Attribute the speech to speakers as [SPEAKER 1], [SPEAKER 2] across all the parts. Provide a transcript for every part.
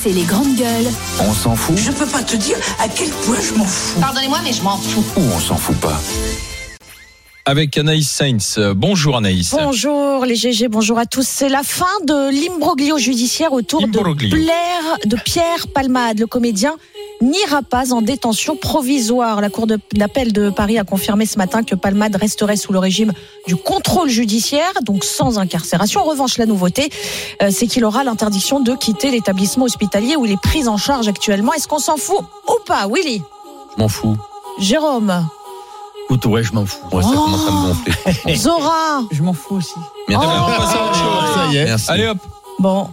[SPEAKER 1] c'est les grandes gueules.
[SPEAKER 2] On s'en fout
[SPEAKER 3] Je peux pas te dire à quel point je m'en fous.
[SPEAKER 4] Pardonnez-moi, mais je m'en fous.
[SPEAKER 2] ou on s'en fout pas
[SPEAKER 5] Avec Anaïs Sainz. Euh, Bonjour Anaïs.
[SPEAKER 6] Bonjour les GG, bonjour à tous. C'est la fin de l'imbroglio judiciaire autour
[SPEAKER 5] Imbroglio.
[SPEAKER 6] de Blair- de Pierre Palmade. Le comédien n'ira pas en détention provisoire. La Cour de- d'appel de Paris a confirmé ce matin que Palmade resterait sous le régime du contrôle judiciaire, donc sans incarcération. En revanche, la nouveauté, euh, c'est qu'il aura l'interdiction de quitter l'établissement hospitalier où il est pris en charge actuellement. Est-ce qu'on s'en fout ou pas, Willy
[SPEAKER 7] Je m'en fous.
[SPEAKER 6] Jérôme
[SPEAKER 7] Écoute, ouais, je m'en fous. Ouais, ça
[SPEAKER 6] Oh. Oh.
[SPEAKER 7] commence à me gonfler. franchement.
[SPEAKER 6] Zora
[SPEAKER 3] Je m'en fous aussi.
[SPEAKER 7] Merci.
[SPEAKER 5] Ah, on passe à autre chose.
[SPEAKER 7] Ça y est. Merci.
[SPEAKER 5] Allez hop.
[SPEAKER 6] Bon.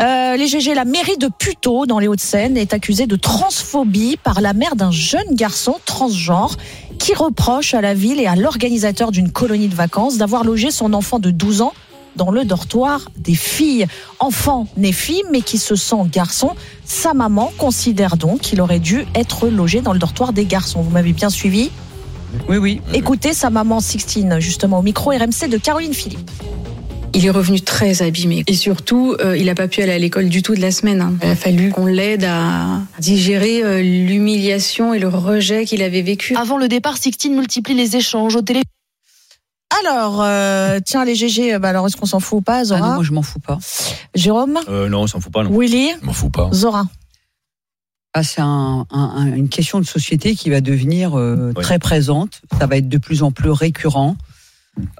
[SPEAKER 6] Euh, les GG, la mairie de Puteaux, dans les Hauts-de-Seine, est accusée de transphobie par la mère d'un jeune garçon transgenre qui reproche à la ville et à l'organisateur d'une colonie de vacances d'avoir logé son enfant de 12 ans dans le dortoir des filles. Enfant né fille, mais qui se sent garçon, sa maman considère donc qu'il aurait dû être logé dans le dortoir des garçons. Vous m'avez bien suivi
[SPEAKER 3] Oui, oui.
[SPEAKER 6] Écoutez sa maman Sixtine, justement, au micro RMC de Caroline Philippe.
[SPEAKER 8] Il est revenu très abîmé. Et surtout, euh, il n'a pas pu aller à l'école du tout de la semaine. hein. Il a fallu qu'on l'aide à digérer euh, l'humiliation et le rejet qu'il avait vécu.
[SPEAKER 4] Avant le départ, Sixtine multiplie les échanges au téléphone.
[SPEAKER 6] Alors, euh, tiens, les GG, euh, bah alors est-ce qu'on s'en fout ou pas,
[SPEAKER 3] Ah
[SPEAKER 6] Zora
[SPEAKER 3] non, moi je m'en fous pas.
[SPEAKER 6] Jérôme
[SPEAKER 7] Euh, non, on s'en fout pas, non.
[SPEAKER 6] Willy
[SPEAKER 2] Je m'en fous pas
[SPEAKER 6] Zora
[SPEAKER 3] Ah, c'est un- un- un- une question de société qui va devenir euh,
[SPEAKER 7] Ouais.
[SPEAKER 3] très présente. Ça va être de plus en plus récurrent.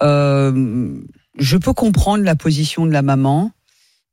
[SPEAKER 3] Euh, je peux comprendre la position de la maman,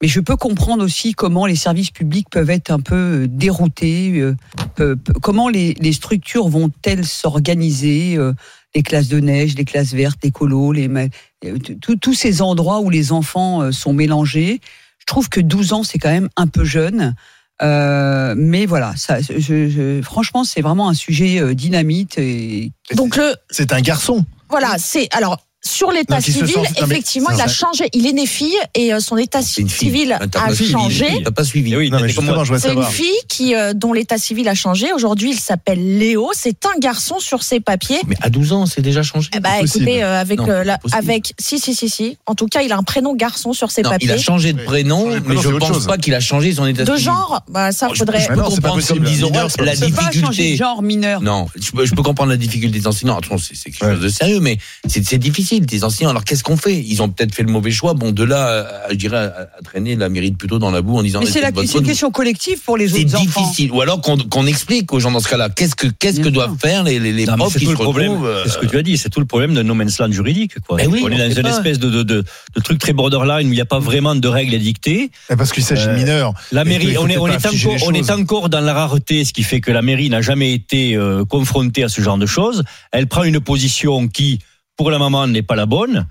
[SPEAKER 3] mais je peux comprendre aussi comment les services publics peuvent être un peu euh, déroutés, euh, peu- peu- comment les, les structures vont-elles s'organiser, euh, les classes de neige, les classes vertes, les colos, les, ma- euh, tout- tout- tous ces endroits où les enfants euh, sont mélangés. Je trouve que 12 ans, c'est quand même un peu jeune. Euh, mais voilà, ça, je, je- franchement, c'est vraiment un sujet euh, dynamite. Et...
[SPEAKER 6] Donc le
[SPEAKER 9] C'est un garçon.
[SPEAKER 6] voilà, c'est alors sur l'état
[SPEAKER 9] Non, qui se
[SPEAKER 6] civil,
[SPEAKER 9] sent- non, mais-
[SPEAKER 6] effectivement, il a
[SPEAKER 9] ça-
[SPEAKER 6] changé, il est né fille et euh, son état
[SPEAKER 7] C'est une fille.
[SPEAKER 6] civil a
[SPEAKER 7] Internationale.
[SPEAKER 6] changé.
[SPEAKER 7] Ah, T'as pas suivi.
[SPEAKER 5] Eh oui,
[SPEAKER 9] Non, mais
[SPEAKER 5] t'étais comme
[SPEAKER 9] justement,
[SPEAKER 5] moi.
[SPEAKER 9] je voudrais
[SPEAKER 6] C'est une
[SPEAKER 9] savoir.
[SPEAKER 6] fille qui euh, dont l'état civil a changé. Aujourd'hui, il s'appelle Léo. C'est un garçon sur ses papiers.
[SPEAKER 7] Mais à 12 ans, c'est déjà changé.
[SPEAKER 6] Eh bah,
[SPEAKER 9] Impossible.
[SPEAKER 6] écoutez, euh, avec
[SPEAKER 7] Non,
[SPEAKER 6] euh, la-
[SPEAKER 7] impossible.
[SPEAKER 6] avec si si si si. En tout cas, il a un prénom garçon sur ses
[SPEAKER 7] Non, il
[SPEAKER 6] papiers.
[SPEAKER 7] a changé de
[SPEAKER 9] Oui,
[SPEAKER 7] prénom,
[SPEAKER 9] changer de
[SPEAKER 7] mais
[SPEAKER 9] prénom,
[SPEAKER 7] je
[SPEAKER 9] c'est autre
[SPEAKER 7] pense
[SPEAKER 9] chose.
[SPEAKER 7] pas qu'il a changé son état
[SPEAKER 6] de
[SPEAKER 7] civil.
[SPEAKER 6] genre, bah, ça
[SPEAKER 7] Oh, je-
[SPEAKER 6] faudrait.
[SPEAKER 7] Je peux
[SPEAKER 9] Mais non, c'est pas
[SPEAKER 7] comprendre,
[SPEAKER 9] possible.
[SPEAKER 7] comme disent
[SPEAKER 9] Mineur,
[SPEAKER 7] Aurore,
[SPEAKER 9] c'est pas
[SPEAKER 7] la
[SPEAKER 9] possible.
[SPEAKER 3] C'est pas changer de
[SPEAKER 7] difficulté.
[SPEAKER 3] genre mineur.
[SPEAKER 7] Non, je peux, je peux comprendre la difficulté des enseignants. Attention, c'est c'est quelque
[SPEAKER 9] Ouais.
[SPEAKER 7] chose de sérieux, mais c'est c'est difficile, des enseignants. Alors, qu'est-ce qu'on fait Ils ont peut-être fait le mauvais choix. Bon, de là, à- je dirais, à, à traîner la mérite plutôt dans la boue en disant...
[SPEAKER 3] Mais
[SPEAKER 7] eh,
[SPEAKER 3] c'est la-
[SPEAKER 7] de votre
[SPEAKER 3] c'est une
[SPEAKER 7] faute,
[SPEAKER 3] question collective pour les
[SPEAKER 7] C'est
[SPEAKER 3] autres enfants.
[SPEAKER 7] difficile. Ou alors qu'on qu'on explique aux gens dans ce cas-là, qu'est-ce que qu'est-ce que
[SPEAKER 3] Bien
[SPEAKER 7] doivent faire les, les, les
[SPEAKER 10] Non, mais
[SPEAKER 7] profs
[SPEAKER 10] c'est
[SPEAKER 7] qui
[SPEAKER 10] tout
[SPEAKER 7] se
[SPEAKER 10] le problème.
[SPEAKER 7] retrouvent euh,
[SPEAKER 10] C'est ce que tu as dit, c'est tout le problème de no man's land juridique. Quoi.
[SPEAKER 5] Eh
[SPEAKER 7] Ben oui,
[SPEAKER 10] on est
[SPEAKER 7] on
[SPEAKER 10] dans
[SPEAKER 7] sait
[SPEAKER 10] une
[SPEAKER 7] pas.
[SPEAKER 10] espèce de, de, de, de truc très borderline où il n'y a pas vraiment de règles à dicter.
[SPEAKER 9] Eh, Parce qu'il s'agit de
[SPEAKER 10] Euh,
[SPEAKER 9] mineurs.
[SPEAKER 5] Eh,
[SPEAKER 10] La
[SPEAKER 9] Mais il
[SPEAKER 10] mairie,
[SPEAKER 9] faut
[SPEAKER 10] on est,
[SPEAKER 9] peut-être
[SPEAKER 10] on,
[SPEAKER 9] pas
[SPEAKER 10] est
[SPEAKER 9] afficher
[SPEAKER 10] encore,
[SPEAKER 9] les
[SPEAKER 10] on est
[SPEAKER 9] choses.
[SPEAKER 10] encore dans la rareté, ce qui fait que la mairie n'a jamais été euh, confrontée à ce genre de choses. Elle prend une position qui, pour la maman, n'est pas la bonne,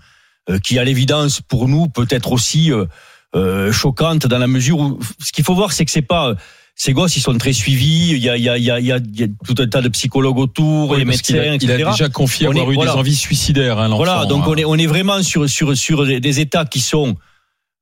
[SPEAKER 10] euh, qui, à l'évidence, pour nous, peut être aussi euh, euh, choquante dans la mesure où ce qu'il faut voir, c'est que c'est pas euh, ces gosses, ils sont très suivis. Il y a, il y a, il y a, il y a- il y a tout un tas de psychologues autour, les
[SPEAKER 5] Parce qu'il
[SPEAKER 10] médecins,
[SPEAKER 5] a, il
[SPEAKER 10] etc.
[SPEAKER 5] a déjà confié
[SPEAKER 10] On
[SPEAKER 5] avoir
[SPEAKER 10] est-
[SPEAKER 5] eu
[SPEAKER 10] voilà.
[SPEAKER 5] des envies suicidaires, hein, l'enfant.
[SPEAKER 10] Voilà, donc
[SPEAKER 5] hein.
[SPEAKER 10] on est on est vraiment sur sur sur des des états qui sont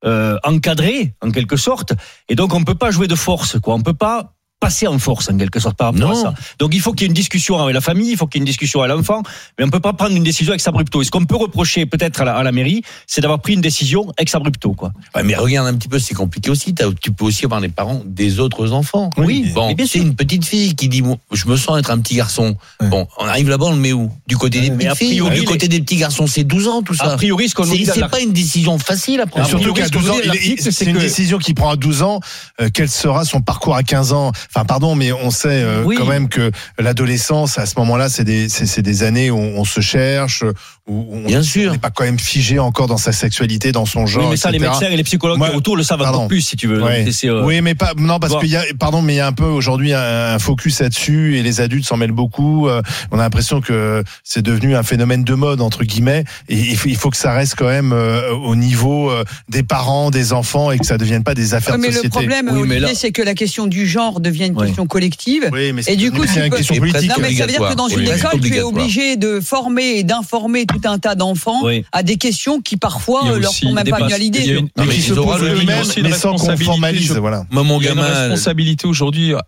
[SPEAKER 10] euh, encadrés en quelque sorte, et donc on peut pas jouer de force, quoi. On peut pas passer en force en quelque sorte par rapport
[SPEAKER 7] Non.
[SPEAKER 10] à ça. Donc il faut qu'il y ait une discussion avec la famille, il faut qu'il y ait une discussion avec l'enfant, mais on peut pas prendre une décision ex abrupto. Et ce qu'on peut reprocher peut-être à la, à la mairie, c'est d'avoir pris une décision ex abrupto, quoi.
[SPEAKER 7] ouais, Ah, mais regarde un petit peu, c'est compliqué aussi. T'as- Tu peux aussi avoir les parents des autres enfants.
[SPEAKER 9] Oui,
[SPEAKER 7] Bon,
[SPEAKER 10] mais bien
[SPEAKER 7] c'est
[SPEAKER 10] sûr.
[SPEAKER 7] une petite fille qui dit bon, je me sens être un petit garçon.
[SPEAKER 9] Ouais.
[SPEAKER 7] Bon, on arrive là-bas, on le met où Du côté des
[SPEAKER 10] mais
[SPEAKER 7] petites
[SPEAKER 10] a
[SPEAKER 7] filles,
[SPEAKER 10] priori,
[SPEAKER 7] du
[SPEAKER 10] les-
[SPEAKER 7] côté des petits garçons, c'est 12 ans tout
[SPEAKER 10] A
[SPEAKER 7] ça.
[SPEAKER 10] priori, ce qu'on nous
[SPEAKER 7] C'est
[SPEAKER 10] dit dans
[SPEAKER 7] c'est
[SPEAKER 10] la-
[SPEAKER 7] pas une décision facile à
[SPEAKER 9] Et
[SPEAKER 7] prendre.
[SPEAKER 9] surtout
[SPEAKER 10] bah, oui,
[SPEAKER 9] qu'à
[SPEAKER 10] ce que
[SPEAKER 9] 12
[SPEAKER 10] vous
[SPEAKER 9] ans,
[SPEAKER 10] dites,
[SPEAKER 9] il est-
[SPEAKER 10] l'article,
[SPEAKER 9] c'est
[SPEAKER 10] c'est
[SPEAKER 9] une
[SPEAKER 10] que-
[SPEAKER 9] décision qu'il prend à 12 ans. euh, quel sera son parcours à 15 ans Enfin, pardon, mais on sait euh,
[SPEAKER 10] Oui.
[SPEAKER 9] quand même que l'adolescence, à ce moment-là, c'est des, c'est- c'est des années où on se cherche, où on
[SPEAKER 7] Bien
[SPEAKER 9] on
[SPEAKER 7] sûr.
[SPEAKER 9] n'est pas quand même figé encore dans sa sexualité, dans son
[SPEAKER 10] Oui,
[SPEAKER 9] genre.
[SPEAKER 10] mais ça, les
[SPEAKER 9] etc..
[SPEAKER 10] médecins et les psychologues
[SPEAKER 9] Moi-
[SPEAKER 10] autour le savent
[SPEAKER 9] Pardon.
[SPEAKER 10] encore plus, si tu veux.
[SPEAKER 9] Ouais.
[SPEAKER 10] C'est- c'est, euh,
[SPEAKER 9] Oui, mais pas non parce
[SPEAKER 10] voir.
[SPEAKER 9] qu'il y a pardon, mais il y a un peu aujourd'hui un, un focus là-dessus et les adultes s'en mêlent beaucoup. Euh, on a l'impression que c'est devenu un phénomène de mode entre guillemets. Et il faut, il faut que ça reste quand même euh, au niveau euh, des parents, des enfants et que ça devienne pas des affaires
[SPEAKER 3] Ouais, mais
[SPEAKER 9] de
[SPEAKER 3] le
[SPEAKER 9] société.
[SPEAKER 3] problème, euh,
[SPEAKER 7] Oui, mais
[SPEAKER 3] Olivier,
[SPEAKER 7] là-
[SPEAKER 3] c'est que la question du genre devient une
[SPEAKER 10] Ouais.
[SPEAKER 3] question collective.
[SPEAKER 9] Oui, mais
[SPEAKER 3] Et du coup,
[SPEAKER 9] c'est
[SPEAKER 3] tu
[SPEAKER 9] une
[SPEAKER 3] peux-
[SPEAKER 9] question
[SPEAKER 7] Et
[SPEAKER 9] politique.
[SPEAKER 3] Non, mais ça veut dire que dans une
[SPEAKER 7] Oui, reste
[SPEAKER 3] école, tu es
[SPEAKER 7] obligatoire.
[SPEAKER 3] obligé de former et d'informer tout un tas d'enfants
[SPEAKER 10] Oui.
[SPEAKER 3] à des questions qui
[SPEAKER 5] Il y
[SPEAKER 3] parfois
[SPEAKER 5] a
[SPEAKER 3] euh, leur
[SPEAKER 5] aussi
[SPEAKER 3] sont même
[SPEAKER 5] des
[SPEAKER 3] pas
[SPEAKER 5] passes- il y a
[SPEAKER 3] validées.
[SPEAKER 5] une-
[SPEAKER 9] Mais
[SPEAKER 7] Non,
[SPEAKER 9] qui
[SPEAKER 7] mais
[SPEAKER 9] se
[SPEAKER 7] ils auront
[SPEAKER 9] posent
[SPEAKER 7] le
[SPEAKER 5] livre
[SPEAKER 9] eux-mêmes,
[SPEAKER 5] aussi, une
[SPEAKER 9] mais sans qu'on
[SPEAKER 5] responsabilité,
[SPEAKER 9] formalise.
[SPEAKER 5] je-
[SPEAKER 9] Voilà.
[SPEAKER 7] Moi, mon
[SPEAKER 5] Il y a une
[SPEAKER 7] gamin,
[SPEAKER 5] responsabilité aujourd'hui euh,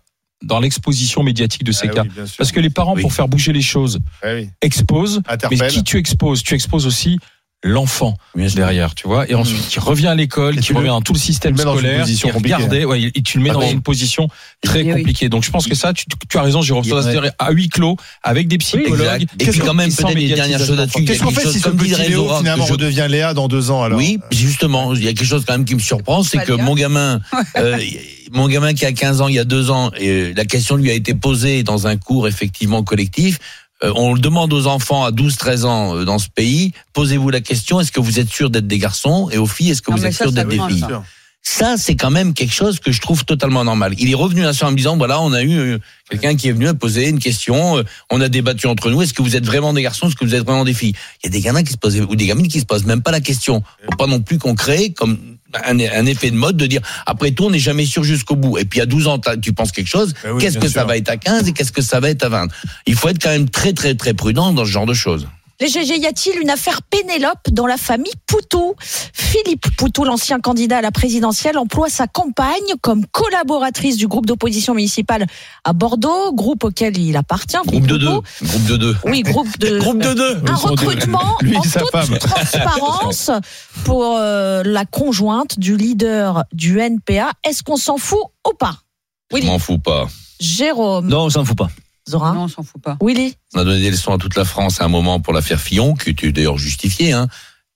[SPEAKER 5] dans l'exposition médiatique
[SPEAKER 9] Ah
[SPEAKER 5] de ces cas. Parce que les parents,
[SPEAKER 7] Oui.
[SPEAKER 5] pour faire bouger les choses, exposent. Mais qui tu exposes Tu exposes aussi l'enfant
[SPEAKER 7] Bien sûr.
[SPEAKER 5] derrière, tu vois, et ensuite qui revient à l'école,
[SPEAKER 9] Hmm. Et
[SPEAKER 5] qui
[SPEAKER 9] tu le-
[SPEAKER 5] revient dans tout le système
[SPEAKER 9] tu le mets dans une
[SPEAKER 5] scolaire,
[SPEAKER 9] position
[SPEAKER 5] qui
[SPEAKER 9] compliquée,
[SPEAKER 5] regarde, ouais, et tu le mets
[SPEAKER 7] Ah
[SPEAKER 5] dans
[SPEAKER 7] bon.
[SPEAKER 5] une position très
[SPEAKER 3] Oui, oui.
[SPEAKER 5] compliquée. Donc je pense que ça, tu, tu as raison, Jérôme,
[SPEAKER 7] Il-
[SPEAKER 5] ça doit se
[SPEAKER 7] ouais.
[SPEAKER 5] faire à huit clos avec des psychologues.
[SPEAKER 7] Exact. Et
[SPEAKER 5] Qu'est-ce
[SPEAKER 7] puis quand
[SPEAKER 5] qu'on-
[SPEAKER 7] même,
[SPEAKER 5] sans
[SPEAKER 7] peut-être les dernières choses
[SPEAKER 5] médiatisation.
[SPEAKER 7] là-dessus.
[SPEAKER 9] Qu'est-ce qu'on
[SPEAKER 7] quelque
[SPEAKER 9] fait si
[SPEAKER 7] chose
[SPEAKER 9] ce
[SPEAKER 7] comme
[SPEAKER 9] petit
[SPEAKER 7] dirait
[SPEAKER 9] Léo
[SPEAKER 7] Zora,
[SPEAKER 9] finalement
[SPEAKER 7] que je-
[SPEAKER 9] redevient Léa dans deux ans alors
[SPEAKER 7] Oui, justement, il y a quelque chose quand même qui me surprend, c'est
[SPEAKER 3] Pas
[SPEAKER 7] que
[SPEAKER 3] bien.
[SPEAKER 7] mon gamin, euh, mon gamin qui a 15 ans, il y a deux ans, et euh, la question lui a été posée dans un cours effectivement collectif. Euh, on le demande aux enfants à 12-13 ans euh, dans ce pays, posez-vous la question, est-ce que vous êtes sûr d'être des garçons Et aux filles, est-ce que
[SPEAKER 3] Non,
[SPEAKER 7] vous
[SPEAKER 3] mais
[SPEAKER 7] êtes
[SPEAKER 3] ça,
[SPEAKER 7] sûr
[SPEAKER 3] ça
[SPEAKER 9] Ah
[SPEAKER 7] d'être des
[SPEAKER 3] demande,
[SPEAKER 7] filles
[SPEAKER 3] ça.
[SPEAKER 7] ça, c'est quand même quelque chose que je trouve totalement normal. Il est revenu à ça en me disant, voilà, on a eu euh, quelqu'un qui est venu à poser une question, euh, on a débattu entre nous, est-ce que vous êtes vraiment des garçons, est-ce que vous êtes vraiment des filles Il y a des gamins qui se posent, ou des gamines qui se posent même pas la question. Faut pas non plus qu'on crée comme un, un effet de mode de dire, après tout, on n'est jamais sûr jusqu'au bout. Et puis à 12 ans, t'as- tu penses quelque chose,
[SPEAKER 9] Ben oui,
[SPEAKER 7] qu'est-ce
[SPEAKER 9] bien
[SPEAKER 7] que ça
[SPEAKER 9] sûr.
[SPEAKER 7] va être à 15 et qu'est-ce que ça va être à 20 Il faut être quand même très très très prudent dans ce genre de choses.
[SPEAKER 6] Les GG, y a-t-il une affaire Pénélope dans la famille Poutou Philippe Poutou, l'ancien candidat à la présidentielle, emploie sa compagne comme collaboratrice du groupe d'opposition municipale à Bordeaux, groupe auquel il appartient.
[SPEAKER 7] Groupe de deux.
[SPEAKER 6] Poutou.
[SPEAKER 7] Groupe de deux.
[SPEAKER 6] Oui, groupe de.
[SPEAKER 7] Groupe de deux.
[SPEAKER 6] Un recrutement
[SPEAKER 9] Lui et
[SPEAKER 6] en
[SPEAKER 9] sa
[SPEAKER 6] toute
[SPEAKER 9] femme.
[SPEAKER 6] transparence pour euh, la conjointe du leader du NPA. Est-ce qu'on s'en fout ou pas
[SPEAKER 7] Je
[SPEAKER 6] Willy,
[SPEAKER 7] m'en fous pas.
[SPEAKER 6] Jérôme,
[SPEAKER 10] Non, on s'en fout pas.
[SPEAKER 6] Zora,
[SPEAKER 3] Non, on s'en fout pas.
[SPEAKER 6] Willy.
[SPEAKER 7] On a donné des leçons à toute la France à un moment pour l'affaire Fillon, qui était d'ailleurs justifiée. Hein.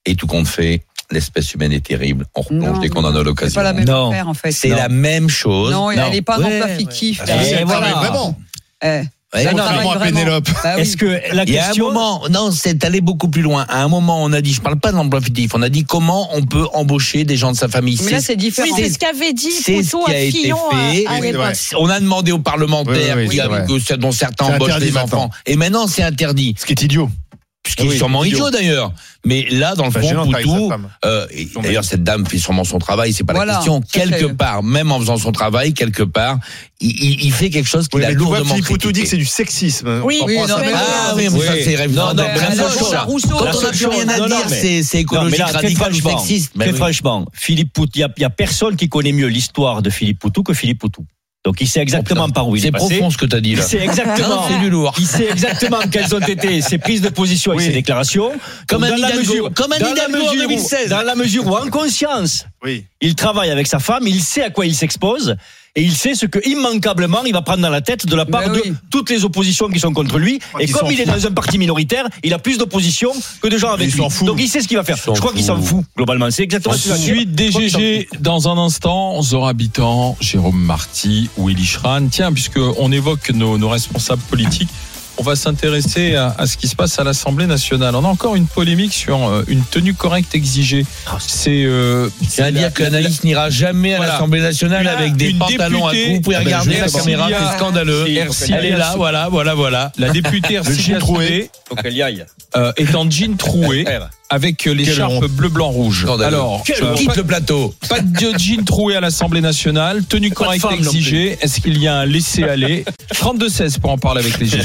[SPEAKER 7] Et tout compte fait, l'espèce humaine est terrible. On replonge
[SPEAKER 3] Non,
[SPEAKER 7] dès qu'on en a
[SPEAKER 3] C'est
[SPEAKER 7] l'occasion.
[SPEAKER 3] pas la même
[SPEAKER 10] Non.
[SPEAKER 3] affaire en fait.
[SPEAKER 7] C'est
[SPEAKER 3] Non.
[SPEAKER 7] la même chose.
[SPEAKER 3] Non, elle n'est pas
[SPEAKER 10] Ouais,
[SPEAKER 3] non pas
[SPEAKER 10] ouais.
[SPEAKER 3] fictive.
[SPEAKER 9] Ah,
[SPEAKER 10] Et
[SPEAKER 9] c'est-
[SPEAKER 10] voilà.
[SPEAKER 9] ah, mais Vraiment.
[SPEAKER 3] Eh,
[SPEAKER 7] Ouais.
[SPEAKER 3] ça
[SPEAKER 10] non,
[SPEAKER 3] travaille
[SPEAKER 9] Contrairement à
[SPEAKER 3] vraiment.
[SPEAKER 9] Pénélope.
[SPEAKER 3] Bah oui.
[SPEAKER 10] Est-ce que la
[SPEAKER 7] Il y a un
[SPEAKER 10] question.
[SPEAKER 7] moment, non, c'est allé beaucoup plus loin. À un moment, on a dit, je parle pas de l'emploi fictif, on a dit comment on peut embaucher des gens de sa famille.
[SPEAKER 3] Mais
[SPEAKER 7] C'est
[SPEAKER 3] là, c'est différent.
[SPEAKER 6] Oui, c'est ce qu'avait dit
[SPEAKER 7] c'est ce
[SPEAKER 6] Poutou
[SPEAKER 7] qui
[SPEAKER 6] à
[SPEAKER 7] a été
[SPEAKER 6] Fillon
[SPEAKER 7] fait.
[SPEAKER 6] à, à
[SPEAKER 9] Oui, c'est
[SPEAKER 6] l'époque.
[SPEAKER 9] vrai.
[SPEAKER 7] On a demandé aux parlementaires
[SPEAKER 9] Oui, oui, oui,
[SPEAKER 7] qui-
[SPEAKER 9] c'est vrai.
[SPEAKER 7] que- dont certains
[SPEAKER 9] C'est
[SPEAKER 7] embauchent
[SPEAKER 9] interdit
[SPEAKER 7] des
[SPEAKER 9] maintenant.
[SPEAKER 7] enfants. Et maintenant, c'est interdit.
[SPEAKER 9] Ce qui est idiot.
[SPEAKER 7] Ce qui est
[SPEAKER 9] Oui,
[SPEAKER 7] sûrement
[SPEAKER 9] idiot.
[SPEAKER 7] idiot d'ailleurs. Mais là, dans le
[SPEAKER 9] Enfin,
[SPEAKER 7] fond,
[SPEAKER 9] gênant, t'as avec sa
[SPEAKER 7] Poutou,
[SPEAKER 9] femme.
[SPEAKER 7] Euh, et D'ailleurs, cette dame fait sûrement son travail, c'est pas
[SPEAKER 3] Voilà,
[SPEAKER 7] la question.
[SPEAKER 3] ça,
[SPEAKER 7] Quelque
[SPEAKER 3] c'est-
[SPEAKER 7] part, même en faisant son travail, quelque part, il, il- il fait quelque chose qu'il
[SPEAKER 9] Oui,
[SPEAKER 7] a
[SPEAKER 9] mais tu vois,
[SPEAKER 7] lourdement
[SPEAKER 9] Philippe Poutou dit que
[SPEAKER 7] critiqué.
[SPEAKER 9] c'est du sexisme.
[SPEAKER 6] Oui,
[SPEAKER 9] On
[SPEAKER 3] oui,
[SPEAKER 9] prend
[SPEAKER 3] non,
[SPEAKER 9] ça-
[SPEAKER 3] mais-
[SPEAKER 7] Ah oui, mais
[SPEAKER 10] Oui.
[SPEAKER 7] ça c'est rêve.
[SPEAKER 10] Non, non, mais la
[SPEAKER 7] Quand
[SPEAKER 10] chose-
[SPEAKER 7] on
[SPEAKER 10] la
[SPEAKER 7] n'a plus
[SPEAKER 10] solution-
[SPEAKER 7] rien à
[SPEAKER 10] non, non,
[SPEAKER 7] dire,
[SPEAKER 10] mais-
[SPEAKER 7] c'est c'est
[SPEAKER 10] Non, mais
[SPEAKER 7] écologique,
[SPEAKER 10] là, très
[SPEAKER 7] radical,
[SPEAKER 10] franchement,
[SPEAKER 7] sexiste. Mais
[SPEAKER 10] très
[SPEAKER 7] oui.
[SPEAKER 10] franchement, Philippe Poutou, il y a- il y, a personne qui connaît mieux l'histoire de Philippe Poutou que Philippe Poutou. Donc il sait exactement par où il est,
[SPEAKER 7] C'est
[SPEAKER 10] passé.
[SPEAKER 7] profond ce que t'as dit
[SPEAKER 10] Il
[SPEAKER 7] là.
[SPEAKER 10] sait
[SPEAKER 7] Hein,
[SPEAKER 10] exactement.
[SPEAKER 7] C'est du lourd.
[SPEAKER 10] Il sait exactement quelles ont été ses prises de position et ses déclarations.
[SPEAKER 7] Comme
[SPEAKER 10] Donc,
[SPEAKER 7] un
[SPEAKER 10] dans la
[SPEAKER 7] Hidalgo.
[SPEAKER 10] mesure,
[SPEAKER 7] Comme un
[SPEAKER 10] dans la
[SPEAKER 7] Hidalgo en
[SPEAKER 10] mesure où-
[SPEAKER 7] 2016.
[SPEAKER 10] Dans la mesure où, en conscience,
[SPEAKER 9] Oui.
[SPEAKER 10] il travaille avec sa femme, il sait à quoi il s'expose. Et il sait ce que immanquablement il va prendre dans la tête de la part
[SPEAKER 3] Mais
[SPEAKER 10] de
[SPEAKER 3] oui.
[SPEAKER 10] toutes les oppositions qui sont contre lui.
[SPEAKER 9] crois
[SPEAKER 10] Et
[SPEAKER 9] qu'il
[SPEAKER 10] comme
[SPEAKER 9] s'en
[SPEAKER 10] il est
[SPEAKER 9] fout.
[SPEAKER 10] dans un parti minoritaire, il a plus d'opposition que de gens avec
[SPEAKER 9] Il
[SPEAKER 10] lui.
[SPEAKER 9] s'en fout.
[SPEAKER 10] Donc il sait ce qu'il va faire.
[SPEAKER 7] s'en
[SPEAKER 10] Je crois qu'il s'en
[SPEAKER 7] fout.
[SPEAKER 10] fout globalement. C'est exactement ce qu'il va dire.
[SPEAKER 5] Ensuite,
[SPEAKER 10] Je crois qu'il s'en
[SPEAKER 5] DGG, dans un instant, Zora Habitant, Jérôme Marty, Willy Schran. Tiens, puisqu'on évoque nos, nos responsables politiques, on va s'intéresser à, à ce qui se passe à l'Assemblée nationale. On a encore une polémique sur euh, une tenue correcte exigée. C'est. euh, la-
[SPEAKER 7] C'est-à-dire que l'analyste n'ira jamais à
[SPEAKER 5] Voilà.
[SPEAKER 7] l'Assemblée nationale
[SPEAKER 5] Une-
[SPEAKER 7] avec des
[SPEAKER 5] une
[SPEAKER 7] pantalons à
[SPEAKER 5] députée-
[SPEAKER 7] coups. Vous pouvez
[SPEAKER 9] Ah ben,
[SPEAKER 7] regarder la
[SPEAKER 9] justement.
[SPEAKER 7] caméra,
[SPEAKER 5] Ercilia-
[SPEAKER 7] c'est scandaleux.
[SPEAKER 5] Ercilia-
[SPEAKER 7] Elle est là, voilà, voilà, voilà.
[SPEAKER 5] La députée Ercilia
[SPEAKER 9] troué.
[SPEAKER 5] Soubé,
[SPEAKER 10] Faut qu'elle y aille.
[SPEAKER 5] euh, est en jean troué avec euh, l'écharpe
[SPEAKER 9] honte.
[SPEAKER 5] bleu, blanc, rouge.
[SPEAKER 7] Scandaleux.
[SPEAKER 5] Alors,
[SPEAKER 10] Quelle
[SPEAKER 5] euh,
[SPEAKER 10] honte.
[SPEAKER 7] Quitte le plateau.
[SPEAKER 5] Pas de jean troué à l'Assemblée nationale, tenue correcte
[SPEAKER 10] femme non
[SPEAKER 5] exigée. Est-ce qu'il y a un laisser-aller 32-16 pour en parler avec les GG.